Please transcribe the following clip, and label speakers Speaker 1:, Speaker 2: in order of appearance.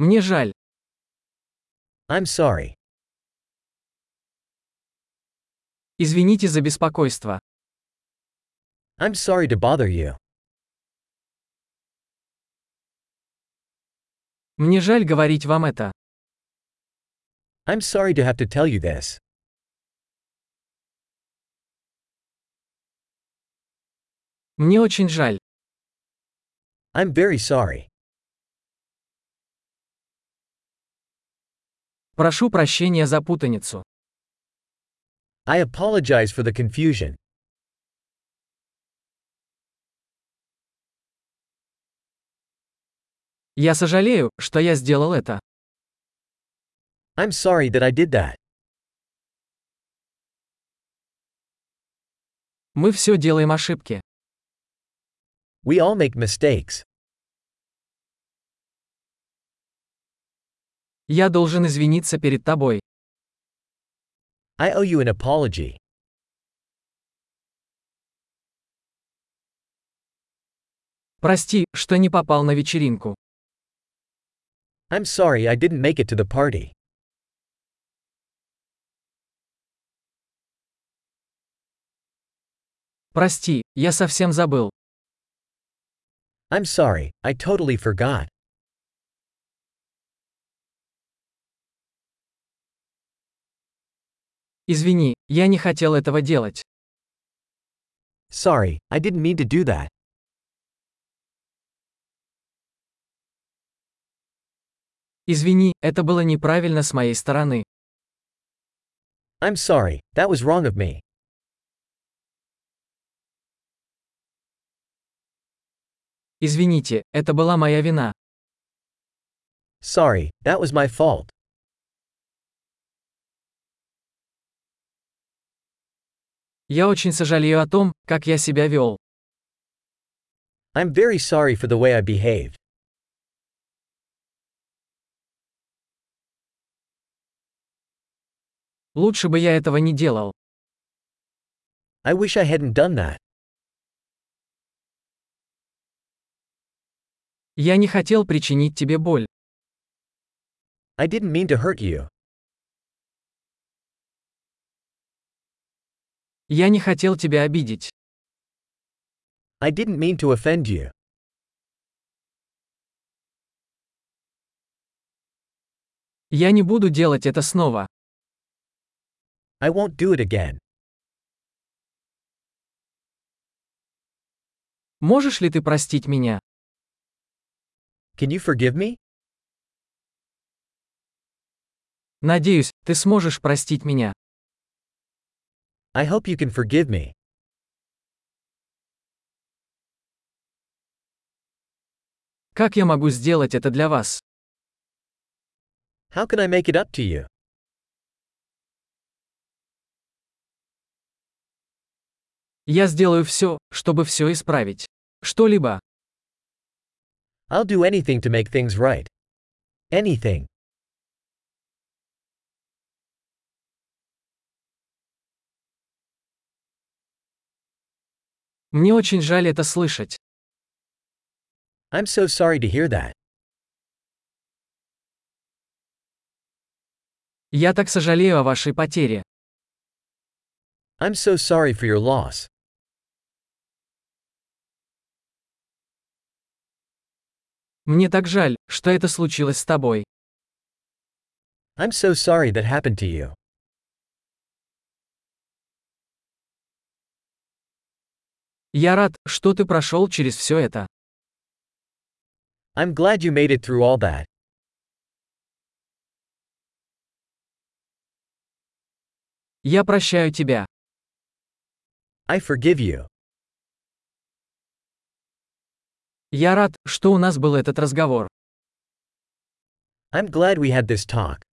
Speaker 1: Мне жаль.
Speaker 2: I'm sorry.
Speaker 1: Извините за беспокойство.
Speaker 2: I'm sorry to bother you.
Speaker 1: Мне жаль говорить вам это.
Speaker 2: I'm sorry to have to tell you this.
Speaker 1: Мне очень жаль.
Speaker 2: I'm very sorry.
Speaker 1: Прошу прощения за путаницу.
Speaker 2: I apologize for the confusion.
Speaker 1: Я сожалею, что я сделал это.
Speaker 2: I'm sorry that I did that.
Speaker 1: Мы все делаем ошибки.
Speaker 2: We all make mistakes.
Speaker 1: Я должен извиниться перед тобой.
Speaker 2: I owe you an apology.
Speaker 1: Прости, что не попал на вечеринку.
Speaker 2: I'm sorry I didn't make it to the party.
Speaker 1: Прости, я совсем забыл.
Speaker 2: I'm sorry, I totally forgot.
Speaker 1: Извини, я не хотел этого делать.
Speaker 2: Sorry, I didn't mean to do that.
Speaker 1: Извини, это было неправильно с моей стороны.
Speaker 2: I'm sorry, that was wrong of me.
Speaker 1: Извините, это была моя вина.
Speaker 2: Sorry, that was my fault.
Speaker 1: Я очень сожалею о том, как я себя вел.
Speaker 2: I'm very sorry for the way I behaved.
Speaker 1: Лучше бы я этого не делал.
Speaker 2: I wish I hadn't done that.
Speaker 1: Я не хотел причинить тебе боль.
Speaker 2: I didn't mean to hurt you.
Speaker 1: Я не хотел тебя обидеть.
Speaker 2: I didn't mean to offend you.
Speaker 1: Я не буду делать это снова.
Speaker 2: I won't do it again.
Speaker 1: Можешь ли ты простить меня?
Speaker 2: Can you forgive me?
Speaker 1: Надеюсь, ты сможешь простить меня.
Speaker 2: I hope you can forgive me.
Speaker 1: Как я могу сделать это для вас?
Speaker 2: How can I make it up to you?
Speaker 1: Я сделаю все, чтобы все исправить. Что-либо.
Speaker 2: I'll do anything to make things right. Anything.
Speaker 1: Мне очень жаль это слышать.
Speaker 2: I'm so sorry to hear that.
Speaker 1: Я так сожалею о вашей потере.
Speaker 2: I'm so sorry for your loss.
Speaker 1: Мне так жаль, что это случилось с тобой.
Speaker 2: I'm so sorry that happened to you.
Speaker 1: Я рад, что ты прошел через все это.
Speaker 2: I'm glad you made it through all that.
Speaker 1: Я прощаю тебя.
Speaker 2: I forgive you.
Speaker 1: Я рад, что у нас был этот разговор.
Speaker 2: I'm glad we had this talk.